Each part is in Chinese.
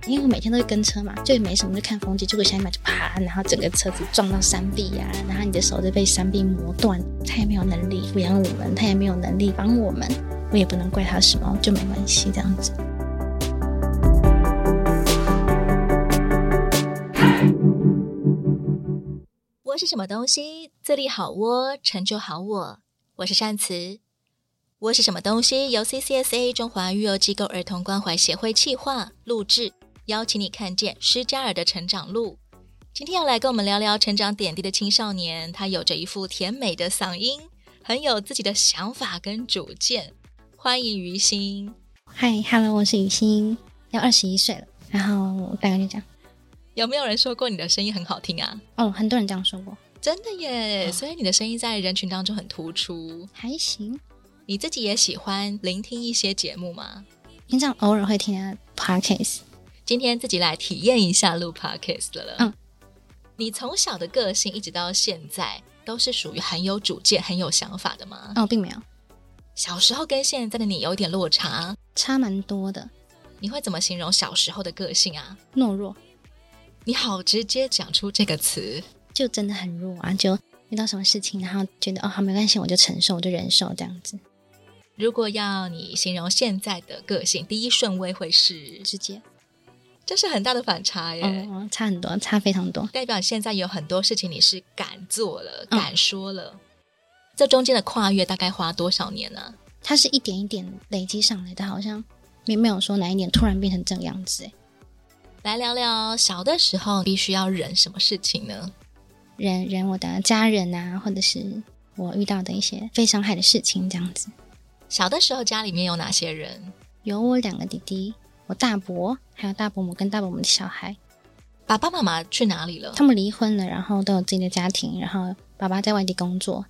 天都会跟车嘛，就也没什么，就看风景。结果下一秒就啪，然后整个车子撞到山壁呀、然后你的手就被山壁磨断。他也没有能力抚养我们，他也没有能力帮我们，我也不能怪他什么，就没关系这样子。窝是什么东西？自立好窝，成就好我。我是善慈。窝是什么东西？由 CCSA 中华育幼机构儿童关怀协会企划录制，邀请你看见施加尔的成长路。今天要来跟我们聊聊成长点滴的青少年，他有着一副甜美的嗓音，很有自己的想法跟主见。欢迎于心。嗨，Hello，我是雨欣，要二十一岁了，然后大概就这样。有没有人说过你的声音很好听啊？哦，很多人这样说过，真的耶！哦所以你的声音在人群当中很突出。还行。你自己也喜欢聆听一些节目吗？平常偶尔会听他的 podcast，今天自己来体验一下录 podcast 了。嗯，你从小的个性一直到现在，都是属于很有主见、很有想法的吗？哦，并没有，小时候跟现在的你有点落差，差蛮多的。你会怎么形容小时候的个性啊？懦弱你好，直接讲出这个词。就真的很弱啊，就遇到什么事情，然后觉得哦，好没关系，我就承受，我就忍受这样子，如果要你形容现在的个性，第一顺位会是，直接，这是很大的反差耶。哦，差很多，差非常多。代表现在有很多事情你是敢做了、嗯敢说了。这中间的跨越大概花多少年呢、它是一点一点累积上来的，好像没没有说哪一点突然变成这个样子。哎来聊聊小的时候必须要忍什么事情呢？忍忍我的家人啊，或者是我遇到的一些非伤害的事情，这样子。小的时候家里面有哪些人？有我两个弟弟，我大伯，还有大伯母跟大伯母的小孩，爸爸妈妈去哪里了？他们离婚了，然后都有自己的家庭，然后爸爸在外地工作，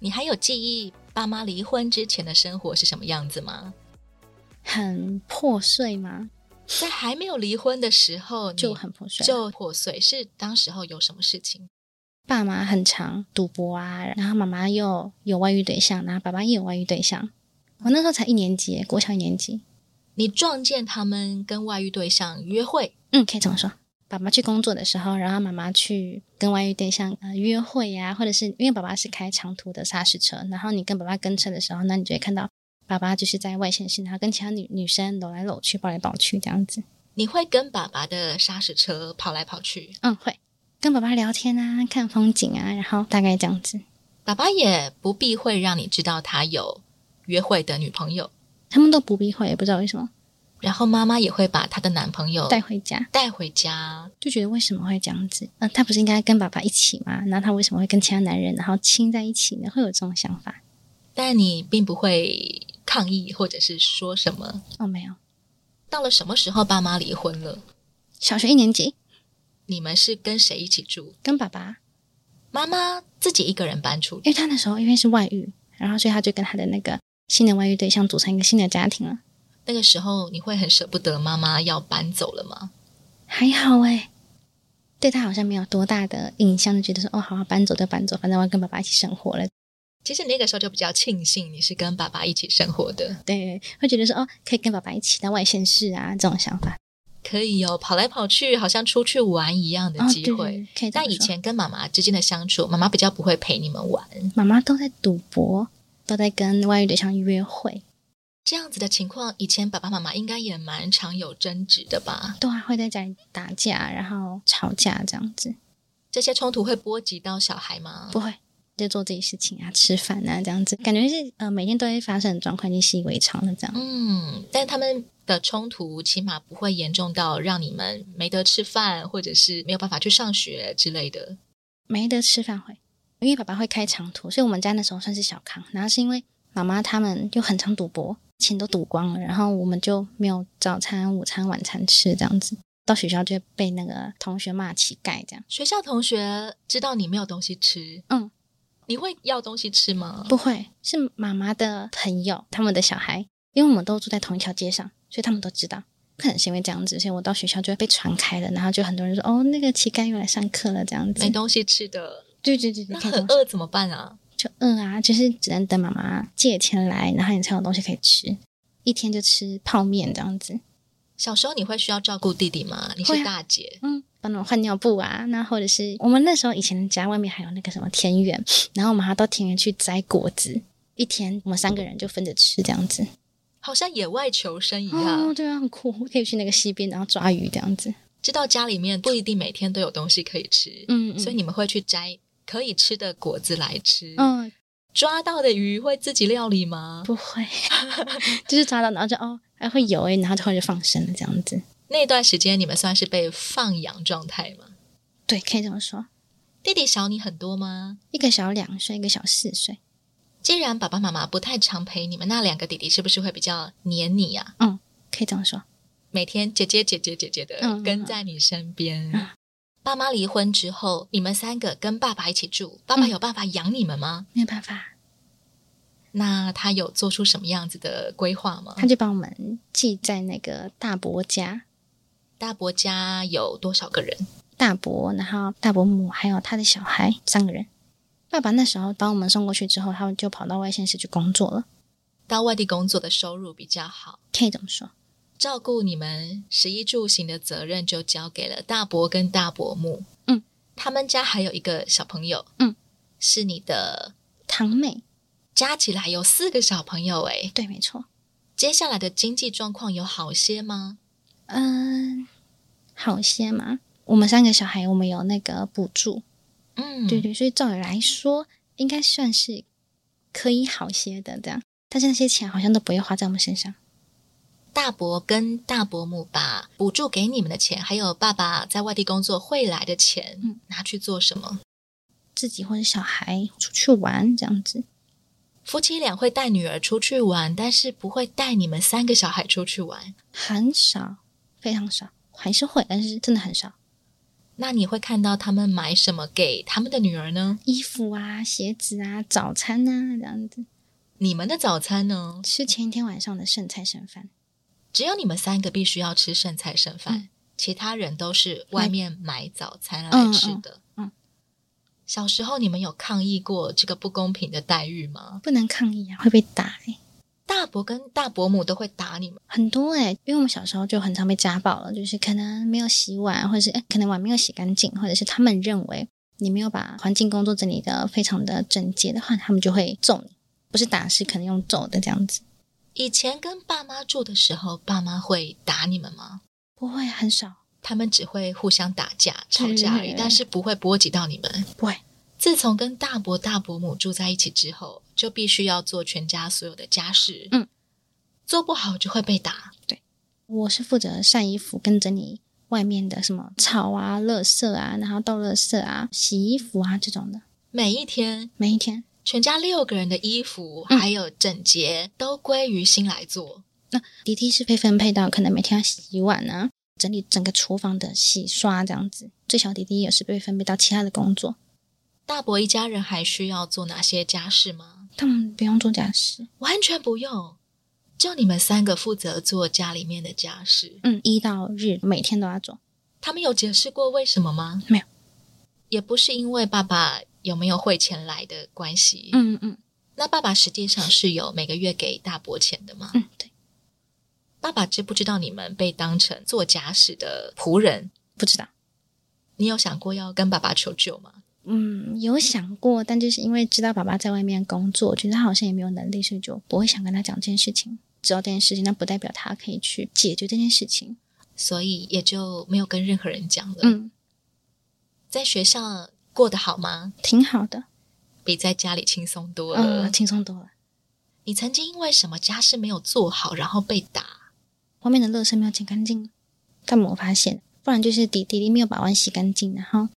你还有记忆爸妈离婚之前的生活是什么样子吗？很破碎嘛，在还没有离婚的时候，你就很破碎啊。就破碎，是当时候有什么事情？爸妈很常赌博啊，然后妈妈又有外遇对象，然后爸爸也有外遇对象。我那时候才一年级，国小一年级，你撞见他们跟外遇对象约会，嗯，可以这么说。爸爸去工作的时候，然后妈妈去跟外遇对象呃约会呀、或者是因为爸爸是开长途的砂石车，然后你跟爸爸跟车的时候，那你就会看到爸爸就是在外县市，然后跟其他女女生搂来搂去、抱来抱去这样子。你会跟爸爸的砂石车跑来跑去，嗯，会跟爸爸聊天啊，看风景啊，然后大概这样子。爸爸也不避讳让你知道他有约会的女朋友，他们都不避讳，也不知道为什么然后妈妈也会把她的男朋友带回家。带回家，就觉得为什么会这样子？呃，他不是应该跟爸爸一起吗？然后他为什么会跟其他男人然后亲在一起呢？会有这种想法？但你并不会抗议或者是说什么。哦，没有，到了什么时候爸妈离婚了？小学一年级你们是跟谁一起住？跟爸爸，妈妈自己一个人搬出去，因为他那时候因为是外遇，然后所以他就跟他的那个新的外遇对象组成一个新的家庭了。那个时候你会很舍不得妈妈要搬走了吗？还好诶、对他好像没有多大的印象，就觉得说哦，好好搬走就搬走，反正我要跟爸爸一起生活了。其实你那个时候就比较庆幸你是跟爸爸一起生活的，对，会觉得说哦，可以跟爸爸一起到外县市啊，这种想法。可以有、跑来跑去，好像出去玩一样的哦，对机对会。对，可以这但么以说。前跟妈妈之间的相处，妈妈比较不会陪你们玩，妈妈都在赌博，都在跟外遇对象约会。这样子的情况，以前爸爸妈妈应该也蛮常有争执的吧？都还会在家里打架，然后吵架这样子，嗯这些冲突会波及到小孩吗？不会就做自己事情啊，吃饭啊这样子，感觉是呃每天都会发生的状况，已经习以为常了这样。嗯，但他们的冲突起码不会严重到让你们没得吃饭，或者是没有办法去上学之类的。没得吃饭会，因为爸爸会开长途，所以我们家那时候算是小康。然后是因为妈妈他们又很常赌博，钱都赌光了，然后我们就没有早餐、午餐、晚餐吃这样子。到学校就会被那个同学骂乞丐这样，学校同学知道你没有东西吃，嗯，你会要东西吃吗？不会是妈妈的朋友他们的小孩，因为我们都住在同一条街上，所以他们都知道。可能是因为这样子，所以我到学校就会被传开了，然后就很多人说：“哦，那个乞丐又来上课了。”这样子没，东西吃的，对对对对，那可以这很么说饿怎么办啊？就饿啊，就是只能等妈妈借钱来，然后你才有东西可以吃。一天就吃泡面这样子，小时候你会需要照顾弟弟吗？你会是啊大姐，嗯，帮他们换尿布啊，那或者是我们那时候以前家外面还有那个什么田园，然后我们还要到田园去摘果子，一天我们三个人就分着吃这样子。好像野外求生一样，哦，对啊，很酷，可以去那个溪边然后抓鱼这样子。知道家里面不一定每天都有东西可以吃，嗯，嗯所以你们会去摘可以吃的果子来吃。嗯抓到的鱼会自己料理吗？不会， 就是抓到然后就哦还会游诶、然后就会就放生了这样子。那段时间你们算是被放养状态吗？对，可以这么说，弟弟小你很多吗？一个小两岁，一个小四岁。既然爸爸妈妈不太常陪你们，那两个弟弟是不是会比较黏你啊？可以这么说，每天姐姐姐姐姐姐的嗯嗯嗯跟在你身边。嗯爸妈离婚之后，你们三个跟爸爸一起住，爸爸嗯有办法养你们吗？没有办法，那他有做出什么样子的规划吗？他就把我们寄在那个大伯家，大伯家有多少个人？大伯，然后大伯母还有他的小孩三个人。爸爸那时候把我们送过去之后，他就跑到外县市去工作了，到外地工作的收入比较好，可以这么说。照顾你们食衣住行的责任就交给了大伯跟大伯母。嗯，他们家还有一个小朋友。嗯，是你的，堂妹，加起来有四个小朋友诶。对，没错。接下来的经济状况有好些吗？嗯，好些嘛。我们三个小孩，我们有那个补助，嗯，对对，所以照理来说，应该算是可以好些的这样。但是那些钱好像都不会花在我们身上。大伯跟大伯母把补助给你们的钱，还有爸爸在外地工作汇来的钱，嗯拿去做什么？自己或者小孩出去玩这样子，夫妻俩会带女儿出去玩，但是不会带你们三个小孩出去玩。很少，非常少，还是会，但是真的很少。那你会看到他们买什么给他们的女儿呢？衣服啊、鞋子啊、早餐啊这样子，你们的早餐呢？吃前一天晚上的剩菜剩饭。只有你们三个必须要吃剩菜剩饭，嗯其他人都是外面买早餐来嗯吃的。嗯嗯小时候你们有抗议过这个不公平的待遇吗？不能抗议啊，会被打、欸，大伯跟大伯母都会打你们。很多哎、因为我们小时候就很常被家暴了，就是可能没有洗碗，或者是、欸、可能碗没有洗干净，或者是他们认为你没有把环境工作整理的非常的整洁的话，他们就会揍你，不是打是可能用揍的这样子。以前跟爸妈住的时候，爸妈会打你们吗？不会很少，他们只会互相打架、吵架而已，对但是不会波及到你们。不会，自从跟大伯、大伯母住在一起之后，就必须要做全家所有的家事。嗯，做不好就会被打。我是负责晒衣服跟整理外面的什么草啊、垃圾啊，然后倒垃圾啊、洗衣服啊这种的，每一天，每一天。全家六个人的衣服嗯还有整洁都归于新来做。弟弟是被分配到可能每天要洗碗啊，整理整个厨房的洗刷这样子。最小弟弟也是被分配到其他的工作，大伯一家人还需要做哪些家事吗？他们不用做家事。完全不用，就你们三个负责做家里面的家事。嗯，一到日每天都要做。他们有解释过为什么吗？没有，也不是因为爸爸有没有汇钱来的关系。嗯嗯那爸爸实际上是有每个月给大伯钱的吗？嗯，对，爸爸知不知道你们被当成做家事的仆人？不知道。你有想过要跟爸爸求救吗？嗯，有想过，但就是因为知道爸爸在外面工作，觉得他好像也没有能力，所以就不会想跟他讲这件事情。知道这件事情，但不代表他可以去解决这件事情。所以也就没有跟任何人讲了。嗯，在学校过得好吗？挺好的，比在家里轻松多了。嗯，轻松多了。你曾经因为什么家事没有做好，然后被打？外面的垃圾没有捡干净，但我发现，不然就是弟弟弟没有把碗洗干净，然后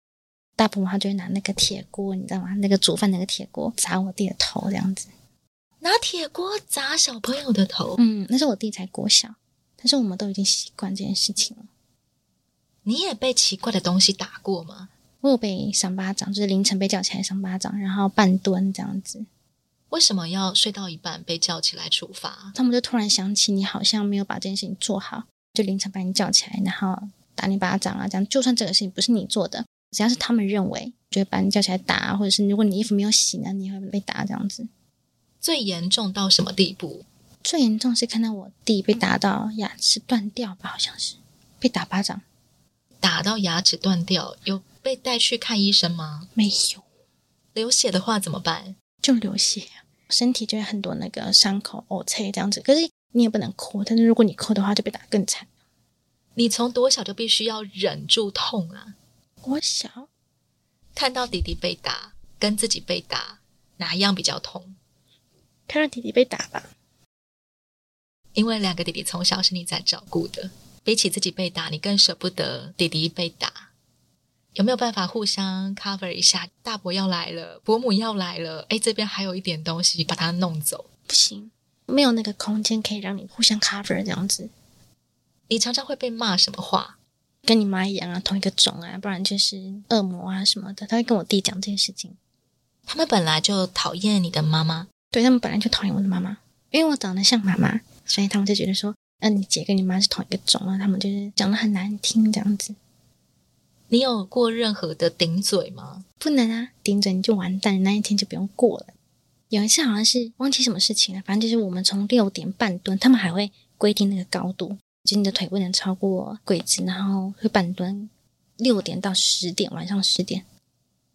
大伯母她就会拿那个铁锅，你知道吗？那个煮饭那个铁锅砸我弟的头这样子。拿铁锅砸小朋友的头，嗯，那是我弟才国小，但是我们都已经习惯这件事情了。你也被奇怪的东西打过吗？我有被赏巴掌，就是凌晨被叫起来赏巴掌，然后半蹲这样子，为什么要睡到一半被叫起来处罚？他们就突然想起你好像没有把这件事情做好，就凌晨把你叫起来，然后打你巴掌啊，这样。就算这个事情不是你做的，只要是他们认为，就会把你叫起来打啊，或者是如果你衣服没有洗呢，你也会被打这样子。最严重到什么地步？最严重是看到我弟被打到牙齿断掉吧，好像是被打巴掌，打到牙齿断掉，有被带去看医生吗？没有流血的话怎么办？就流血啊，身体就有很多那个伤口、呕气这样子。可是你也不能哭，但是如果你哭的话，就被打更惨。你从多小就必须要忍住痛啊！我小看到弟弟被打，跟自己被打，哪一样比较痛？看到弟弟被打吧，因为两个弟弟从小是你在照顾的，比起自己被打，你更舍不得弟弟被打。有没有办法互相 cover 一下？大伯要来了，伯母要来了，哎，这边还有一点东西，把它弄走。不行，没有那个空间可以让你互相 cover 这样子，你常常会被骂什么话？跟你妈一样啊，同一个种啊，不然就是恶魔啊什么的。他会跟我弟讲这件事情，他们本来就讨厌你的妈妈，对他们本来就讨厌我的妈妈，因为我长得像妈妈，所以他们就觉得说，嗯、你姐跟你妈是同一个种啊，他们就是讲的很难听这样子。你有过任何的顶嘴吗？不能啊，顶着你就完蛋，那一天就不用过了。有一次好像是忘记什么事情了，反正就是我们从六点半蹲，他们还会规定那个高度，就是你的腿不能超过柜子，然后会半蹲，六点到十点，晚上十点，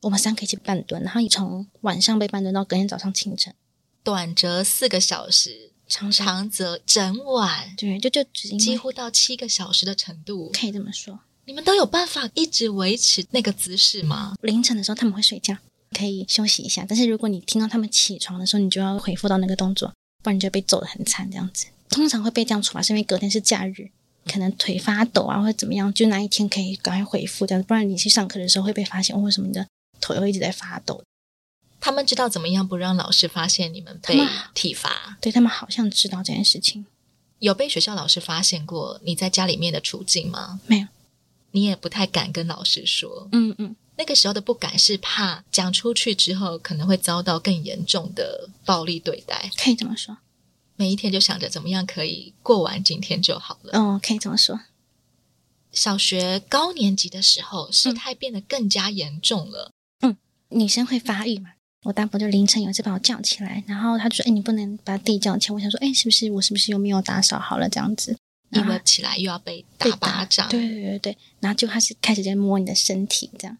我们三个一起半蹲，然后从晚上被半蹲到隔天早上清晨，短则四个小时，常常长则整晚，对，就就只因为几乎到七个小时的程度。可以这么说。你们都有办法一直维持那个姿势吗？凌晨的时候他们会睡觉，可以休息一下。但是如果你听到他们起床的时候，你就要回复到那个动作，不然你就会被揍得很惨。这样子通常会被这样处罚，是因为隔天是假日，可能腿发抖啊，或者怎么样，就那一天可以赶快回复这样子，不然你去上课的时候会被发现，哦为什么你的腿会一直在发抖？他们知道怎么样不让老师发现你们被他们体罚，对他们好像知道这件事情，有被学校老师发现过你在家里面的处境吗？没有。你也不太敢跟老师说，嗯嗯，那个时候的不敢是怕讲出去之后可能会遭到更严重的暴力对待。可以这么说，每一天就想着怎么样可以过完今天就好了。哦，可以这么说，小学高年级的时候，事嗯态变得更加严重了。女生会发育嘛。我大伯就凌晨有一次把我叫起来，然后他就说：“哎、你不能把弟叫起来。”我想说：“哎、是不是我是不是又没有打扫好了这样子？”一然后闻起来又要被嗯被打巴掌，对对对对，然后就他是开始在摸你的身体这样，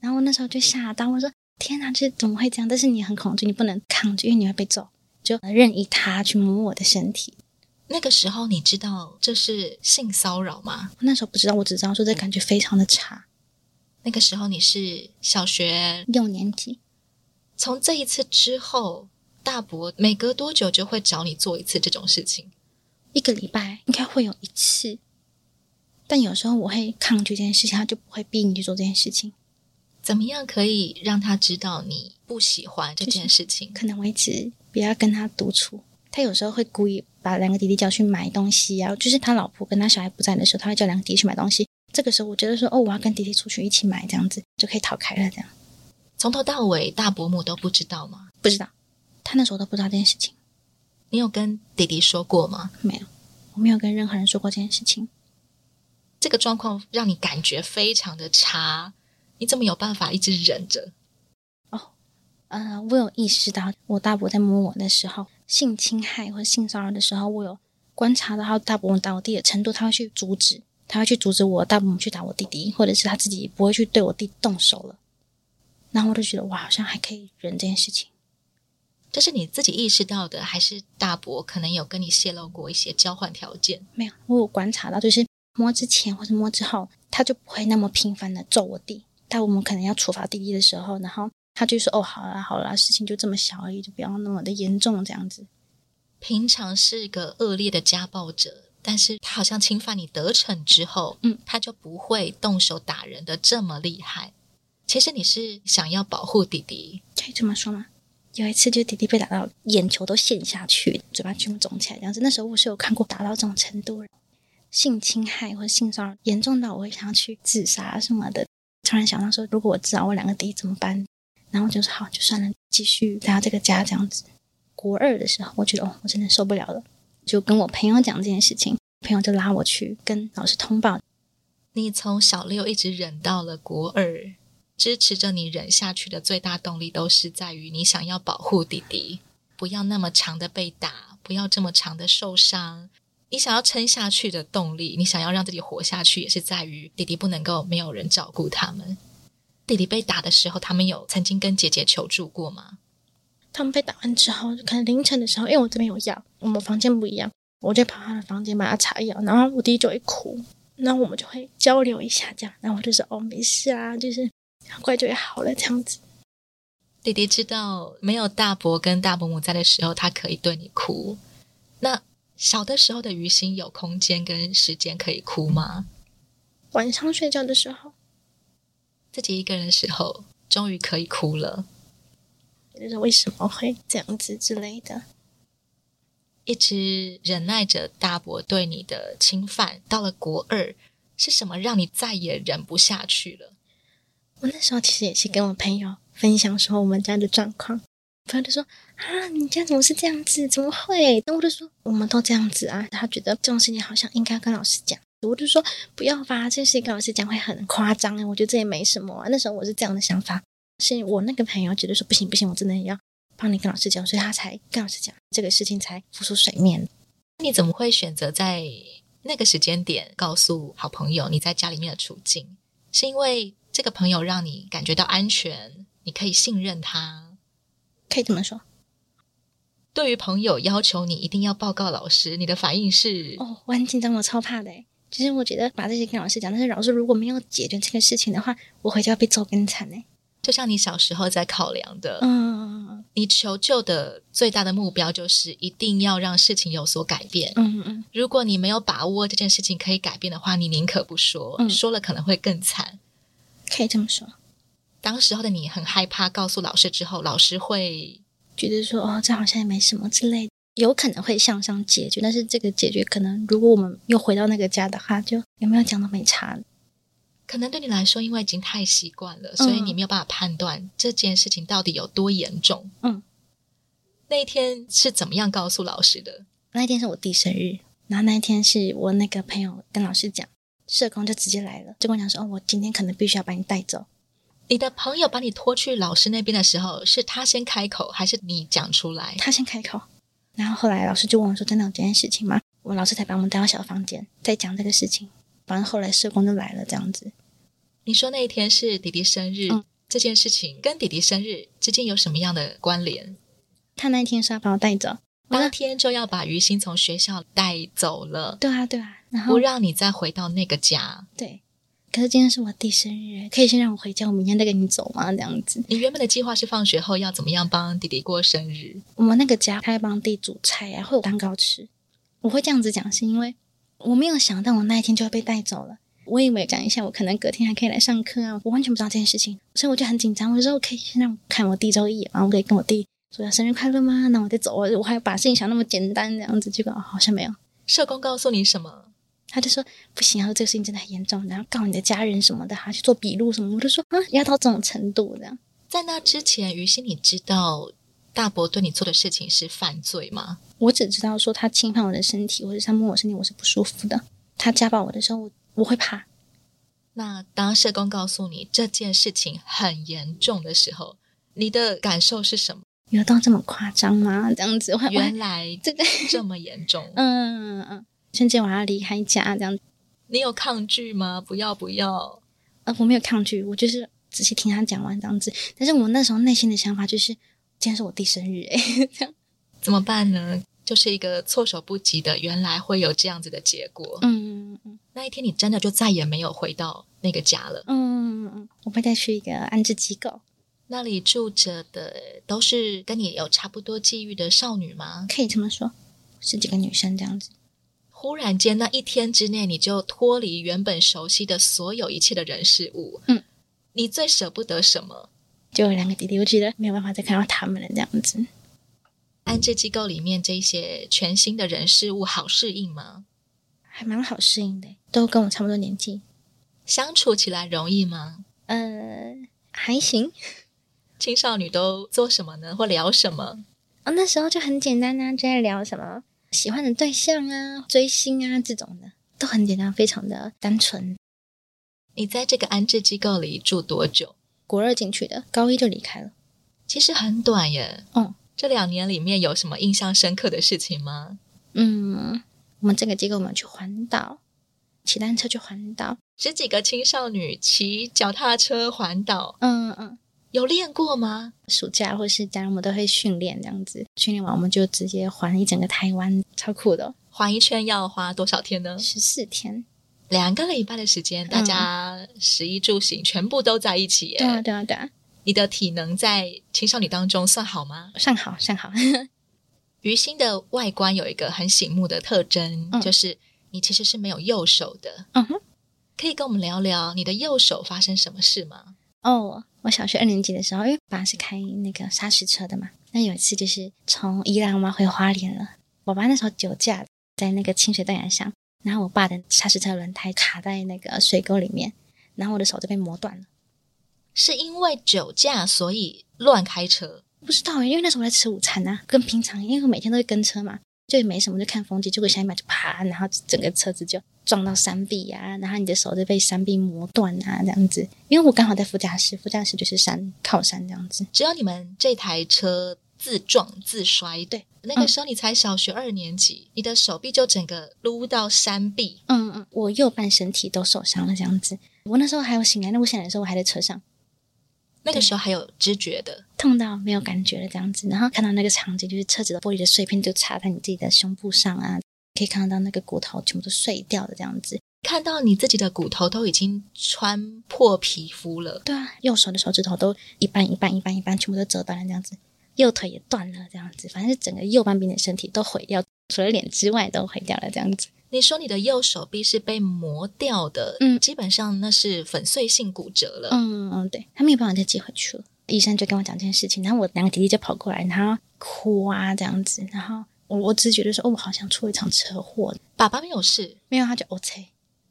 然后我那时候就嗯吓到，我说天哪，这怎么会这样？但是你很恐惧，你不能抗拒，因为你会被揍，就任意他去摸我的身体。那个时候你知道这是性骚扰吗我？那时候不知道，我只知道说这感觉非常的差。那个时候你是小学，六年级，从这一次之后，大伯每隔多久就会找你做一次这种事情？一个礼拜应该会有一次，但有时候我会抗拒这件事情，他就不会逼你去做这件事情。怎么样可以让他知道你不喜欢这件事情？可能我一直比较跟他独处。他有时候会故意把两个弟弟叫去买东西啊，就是他老婆跟他小孩不在的时候，他会叫两个弟弟去买东西。这个时候，我觉得说，哦，我要跟弟弟出去一起买，这样子就可以逃开了。这样从头到尾，大伯母都不知道吗？不知道，他那时候都不知道这件事情，你有跟弟弟说过吗？没有，我没有跟任何人说过这件事情。这个状况让你感觉非常的差，你怎么有办法一直忍着？呃，我有意识到，我大伯在摸我的时候，性侵害或性骚扰的时候，我有观察到他大伯打我弟的程度，他会去阻止，他会去阻止我大伯去打我弟弟，或者是他自己不会去对我弟动手了。然后我就觉得，哇，好像还可以忍这件事情。这是你自己意识到的，还是大伯可能有跟你泄露过一些交换条件？没有，我有观察到，就是摸之前或者摸之后，他就不会那么频繁的揍我弟。但我们可能要处罚弟弟的时候，然后他就说：“哦，好啦好啦，事情就这么小而已，就不要那么的严重这样子。”平常是个恶劣的家暴者，但是他好像侵犯你得逞之后，嗯，他就不会动手打人的这么厉害。其实你是想要保护弟弟，可以这么说吗？有一次，就弟弟被打到眼球都陷下去，嘴巴全部肿起来这样子。那时候我是有看过打到这种程度，性侵害或者性骚扰严重到我会想要去自杀什么的。突然想到说，如果我知道我两个弟弟怎么办？然后我就说好，就算了，继续待到这个家这样子。国二的时候，我觉得哦，我真的受不了了，就跟我朋友讲这件事情，朋友就拉我去跟老师通报。你从小六一直忍到了国二，支持着你忍下去的最大动力都是在于你想要保护弟弟，不要那么长的被打，不要这么长的受伤。你想要撑下去的动力，你想要让自己活下去，也是在于弟弟不能够没有人照顾他们。弟弟被打的时候，他们有曾经跟姐姐求助过吗？他们被打完之后，可能凌晨的时候，因为我这边有药，我们房间不一样，我就跑他的房间帮他擦药，然后我弟就会哭，然后我们就会交流一下这样，然后我就说哦没事啊，就是很快就会好了这样子。弟弟知道没有大伯跟大伯母在的时候，他可以对你哭。那小的时候的于心有空间跟时间可以哭吗？晚上睡觉的时候，自己一个人的时候，终于可以哭了。就是为什么会这样子之类的，一直忍耐着大伯对你的侵犯，到了国二，是什么让你再也忍不下去了？我那时候其实也是跟我朋友分享说我们家的状况，朋友就说啊，你家怎么是这样子？怎么会？那我就说我们都这样子啊。他觉得这种事情好像应该跟老师讲，我就说不要吧，这件事情跟老师讲会很夸张欸我觉得这也没什么啊。那时候我是这样的想法，是我那个朋友觉得说不行不行，我真的要帮你跟老师讲，所以他才跟老师讲这个事情才浮出水面。你怎么会选择在那个时间点告诉好朋友你在家里面的处境？是因为这个朋友让你感觉到安全，你可以信任他。可以这么说对于朋友要求你一定要报告老师，你的反应是哦，我很紧张，我超怕的欸其实我觉得把这些跟老师讲，但是老师如果没有解决这个事情的话，我回家被揍更惨哎。就像你小时候在考量的，嗯你求救的最大的目标就是一定要让事情有所改变。嗯嗯，如果你没有把握这件事情可以改变的话，你宁可不说，嗯说了可能会更惨。可以这么说。当时候的你很害怕，告诉老师之后，老师会觉得说哦，这好像也没什么之类的，有可能会向上解决，但是这个解决可能如果我们又回到那个家的话，就有没有讲都没差。可能对你来说，因为已经太习惯了，嗯所以你没有办法判断这件事情到底有多严重。嗯，那一天是怎么样告诉老师的？那一天是我弟生日，然后那一天是我那个朋友跟老师讲，社工就直接来了，就跟我讲说哦，我今天可能必须要把你带走。你的朋友把你拖去老师那边的时候，是他先开口，还是你讲出来？他先开口，然后后来老师就问我说：“真的有这件事情吗？”我们老师才把我们带到小房间，再讲这个事情。反正后来社工就来了，这样子。你说那一天是弟弟生日，嗯这件事情跟弟弟生日之间有什么样的关联？他那一天是要把我带走，我当说天就要把于心从学校带走了，对啊，对啊，然后不让你再回到那个家。对，可是今天是我弟生日，可以先让我回家，我明天再跟你走吗？这样子，你原本的计划是放学后要怎么样帮弟弟过生日？我们那个家他会帮弟煮菜啊，会有蛋糕吃。我会这样子讲，是因为我没有想到我那一天就要被带走了。我以为讲一下，我可能隔天还可以来上课啊，我完全不知道这件事情，所以我就很紧张。我就说，我可以先让我看我弟周一眼吗？我可以跟我弟说要生日快乐吗？那我再走，我我还把事情想那么简单这样子，结果、哦好像没有。社工告诉你什么？他就说不行啊，这个事情真的很严重，然后告你的家人什么的，还去做笔录什么。我就说啊，要到这种程度这样。在那之前，于心，你知道大伯对你做的事情是犯罪吗？我只知道说他侵犯我的身体，或者是他摸我身体，我是不舒服的。他家暴我的时候，我我会怕。那当社工告诉你这件事情很严重的时候，你的感受是什么？有到这么夸张吗？这样子，我还我还原来这个，，这么严重 嗯嗯嗯，甚至我还要离开家这样子。你有抗拒吗？不要不要！呃，我没有抗拒，我就是仔细听他讲完这样子。但是我那时候内心的想法就是，今天是我弟生日、欸， 这样。怎么办呢？就是一个措手不及的，原来会有这样子的结果。嗯嗯嗯那一天你真的就再也没有回到那个家了。嗯嗯嗯，我被带去一个安置机构，那里住着的都是跟你有差不多际遇的少女吗？可以这么说，十几个女生这样子。忽然间，那一天之内，你就脱离原本熟悉的所有一切的人事物。嗯，你最舍不得什么？就有两个弟弟，我觉得没有办法再看到他们了，这样子。安置机构里面这些全新的人事物好适应吗？还蛮好适应的欸，都跟我差不多年纪，相处起来容易吗？呃，还行青少女都做什么呢？或聊什么？啊、那时候就很简单啊，就在聊什么喜欢的对象啊、追星啊这种的，都很简单，非常的单纯。你在这个安置机构里住多久？国二进去的，高一就离开了。其实很短耶。嗯，这两年里面有什么印象深刻的事情吗？嗯，我们这个机构我们去环岛，骑单车去环岛，十几个青少女骑脚踏车环岛，嗯嗯，有练过吗？暑假或是假日我们都会训练这样子，训练完我们就直接环一整个台湾，超酷的哦，环一圈要花多少天呢？十四天。两个礼拜的时嗯间，大家食衣住行全部都在一起耶。对啊对啊对啊，你的体能在青少女当中算好吗？上好上好，鱼心的外观有一个很醒目的特征，嗯就是你其实是没有右手的。嗯哼。可以跟我们聊聊你的右手发生什么事吗？哦，我小学二年级的时候，因为爸爸是开那个砂石车的嘛，那有一次就是从宜兰我们要回花莲了，我爸那时候酒驾，在那个清水断崖上，然后我爸的砂石车轮胎卡在那个水沟里面，然后我的手就被磨断了。是因为酒驾所以乱开车？不知道耶，因为那时候我在吃午餐啊，跟平常因为我每天都会跟车嘛，就也没什么，就看风景。结果下一秒就啪，然后整个车子就撞到山壁啊，然后你的手就被山壁磨断啊，这样子。因为我刚好在副驾驶，副驾驶就是山靠山这样子。只有你们这台车自撞自摔。对，那个嗯时候你才小学二年级，你的手臂就整个撸到山壁。嗯嗯，我右半身体都受伤了这样子。我那时候还有醒来，那我醒来的时候我还在车上，那个时候还有知觉的，痛到没有感觉了这样子。然后看到那个场景，就是车子的玻璃的碎片就插在你自己的胸部上啊，可以看得到那个骨头全部都碎掉的这样子。看到你自己的骨头都已经穿破皮肤了，对啊，右手的手指头都一半一半一半一半，全部都折断了这样子，右腿也断了这样子，反正是整个右半边的身体都毁掉，除了脸之外都毁掉了这样子。你说你的右手臂是被磨掉的，嗯基本上那是粉碎性骨折了。嗯嗯，对，他没有办法再寄回去了。医生就跟我讲这件事情，然后我两个弟弟就跑过来，然后哭啊这样子，然后我我只是觉得说，哦，我好像出了一场车祸，爸爸没有事，没有他就哦 OK，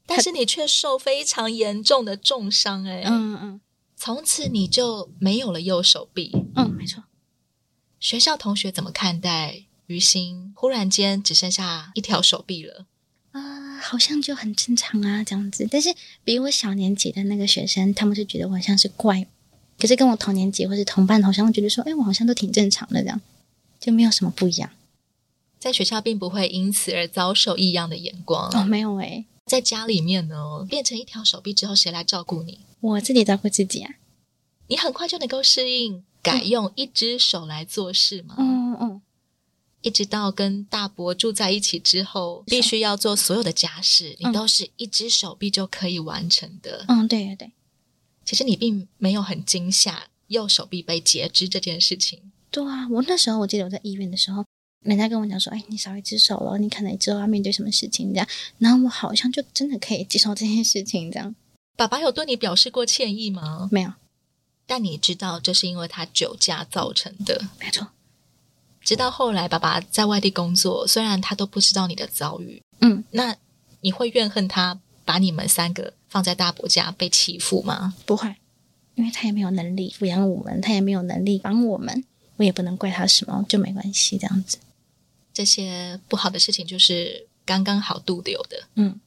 但是你却受非常严重的重伤、哎、嗯嗯从此你就没有了右手臂。嗯，没错，学校同学怎么看待于心忽然间只剩下一条手臂了？啊、好像就很正常啊这样子。但是比我小年级的那个学生，他们就觉得我好像是怪，可是跟我同年级或是同班同学，我觉得说，哎，我好像都挺正常的这样，就没有什么不一样。在学校并不会因此而遭受异样的眼光，哦，没有诶、在家里面呢，变成一条手臂之后，谁来照顾你？我自己照顾自己啊。你很快就能够适应改用一只手来做事吗？嗯嗯，一直到跟大伯住在一起之后，是必须要做所有的家事，你嗯都是一只手臂就可以完成的。嗯，对对对。其实你并没有很惊吓右手臂被截肢这件事情，对啊，我那时候我记得我在医院的时候，人家跟我讲说，哎，你少一只手了，你可能之后要面对什么事情这样。然后我好像就真的可以接受这件事情这样。爸爸有对你表示过歉意吗？没有，但你知道这是因为他酒驾造成的。没错，直到后来爸爸在外地工作，虽然他都不知道你的遭遇，嗯，那你会怨恨他把你们三个放在大伯家被欺负吗？不会，因为他也没有能力抚养我们，他也没有能力帮我们，我也不能怪他什么，就没关系这样子。这些不好的事情就是刚刚好度流的。嗯，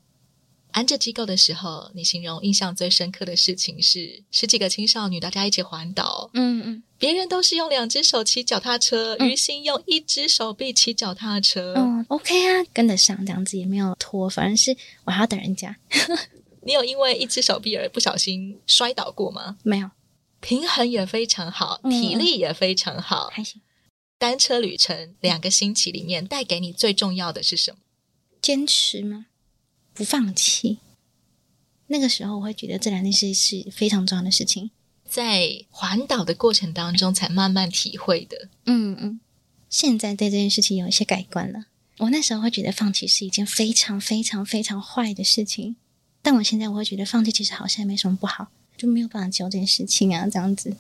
安置机构的时候，你形容印象最深刻的事情是十几个青少女大家一起环岛，嗯嗯别人都是用两只手骑脚踏车，嗯于心用一只手臂骑脚踏车。嗯，OK 啊，跟得上这样子也没有拖，反正是我还要等人家，你有因为一只手臂而不小心摔倒过吗？没有，平衡也非常好，嗯体力也非常好。还行，单车旅程两个星期里面，带给你最重要的是什么？坚持吗？不放弃。那个时候我会觉得这两件事是非常重要的事情。在环岛的过程当中，才慢慢体会的。嗯，嗯，现在对这件事情有一些改观了。我那时候会觉得放弃是一件非常非常非常坏的事情，但我现在我会觉得放弃其实好像也没什么不好，就没有办法纠这件事情啊，这样子。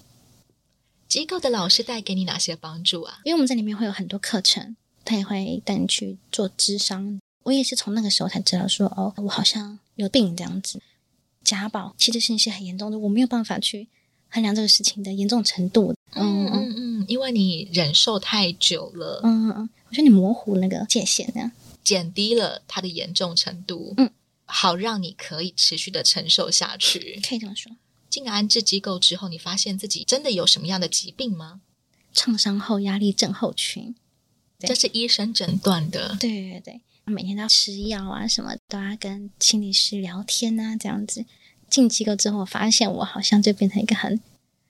机构的老师带给你哪些帮助啊？因为我们在里面会有很多课程，他也会带你去做智商。我也是从那个时候才知道说，哦，我好像有病这样子。家暴其实是一些很严重的，我没有办法去衡量这个事情的严重程度。嗯嗯嗯嗯，因为你忍受太久了，嗯嗯，我觉得你模糊那个界限啊。减低了它的严重程度，嗯，好让你可以持续的承受下去。可以这么说。进了安置机构之后，你发现自己真的有什么样的疾病吗？创伤后压力症候群。对这是医生诊断的。对对对，每天都要吃药啊，什么都要跟心理师聊天啊，这样子。进机构之后，我发现我好像就变成一个很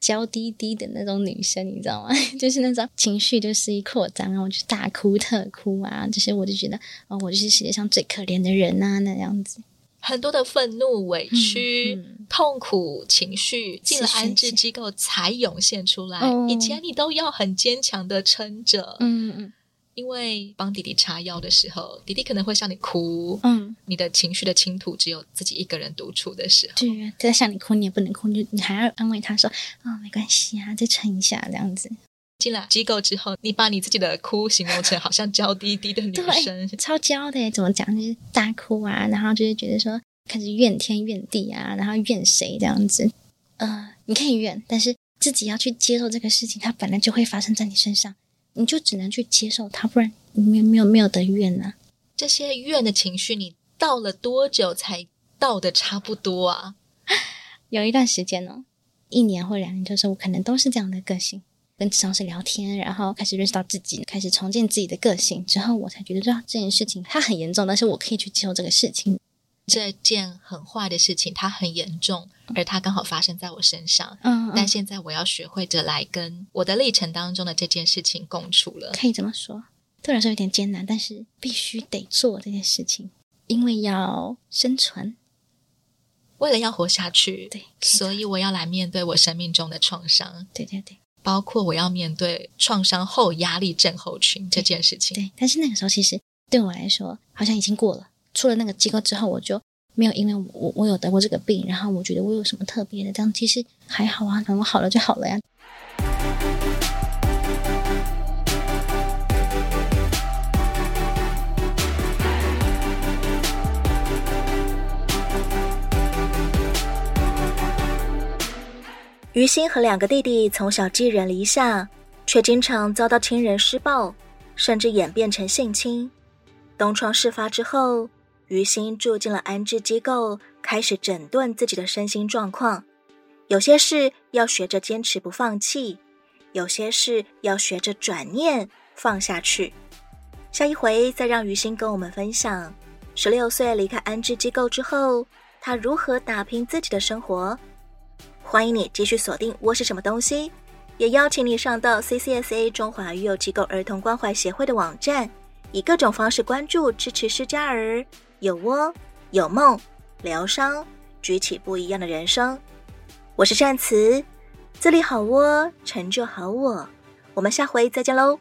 娇滴滴的那种女生，你知道吗？ 就是那种情绪就是一扩张啊，我就大哭特哭啊，就是我就觉得，哦，我就是世界上最可怜的人啊，那样子。很多的愤怒、委屈、嗯嗯痛苦情绪进了是是安置是机构才涌现出来。哦以前你都要很坚强的撑着，嗯嗯因为帮弟弟擦药的时候，弟弟可能会向你哭，嗯，你的情绪的倾吐只有自己一个人独处的时候。对啊，在向你哭，你也不能哭，你就你还要安慰他说，哦，没关系啊，再撑一下这样子。进了机构之后，你把你自己的哭形容成好像娇滴滴的女对生，超娇的耶，怎么讲？就是大哭啊，然后就是觉得说开始怨天怨地啊，然后怨谁这样子。呃，你可以怨，但是自己要去接受这个事情，它本来就会发生在你身上，你就只能去接受它，不然你没有没有没有得怨啊。这些怨的情绪，你到了多久才到的差不多啊？有一段时间哦，一年或两年，就是我可能都是这样的个性，跟智商师聊天，然后开始认识到自己，开始重建自己的个性之后，我才觉得说啊这件事情它很严重，但是我可以去接受这个事情。这件很坏的事情，它很严重，而它刚好发生在我身上。嗯，嗯但现在我要学会着来跟我的历程当中的这件事情共处了。可以这么说，对我来说有点艰难，但是必须得做这件事情，因为要生存。为了要活下去，对，可以所以我要来面对我生命中的创伤，对对对包括我要面对创伤后压力症候群这件事情。对。但是那个时候，其实对我来说，好像已经过了。出了那个机构之后，我就没有因为我我我有得过这个病，然后我觉得我有什么特别的，这样其实还好啊，等我好了就好了呀。于心和两个弟弟从小寄人篱下，却经常遭到亲人施暴，甚至演变成性侵。东窗事发之后，于心住进了安置机构，开始整顿自己的身心状况。有些事要学着坚持不放弃，有些事要学着转念放下去。下一回再让于心跟我们分享，十六岁离开安置机构之后，她如何打拼自己的生活。欢迎你继续锁定《我是什么东西》，也邀请你上到 CCSA 中华育幼机构儿童关怀协会的网站，以各种方式关注支持失家儿，有窝有梦，疗伤，举起不一样的人生。我是善慈，自立好窝，成就好我。我们下回再见喽。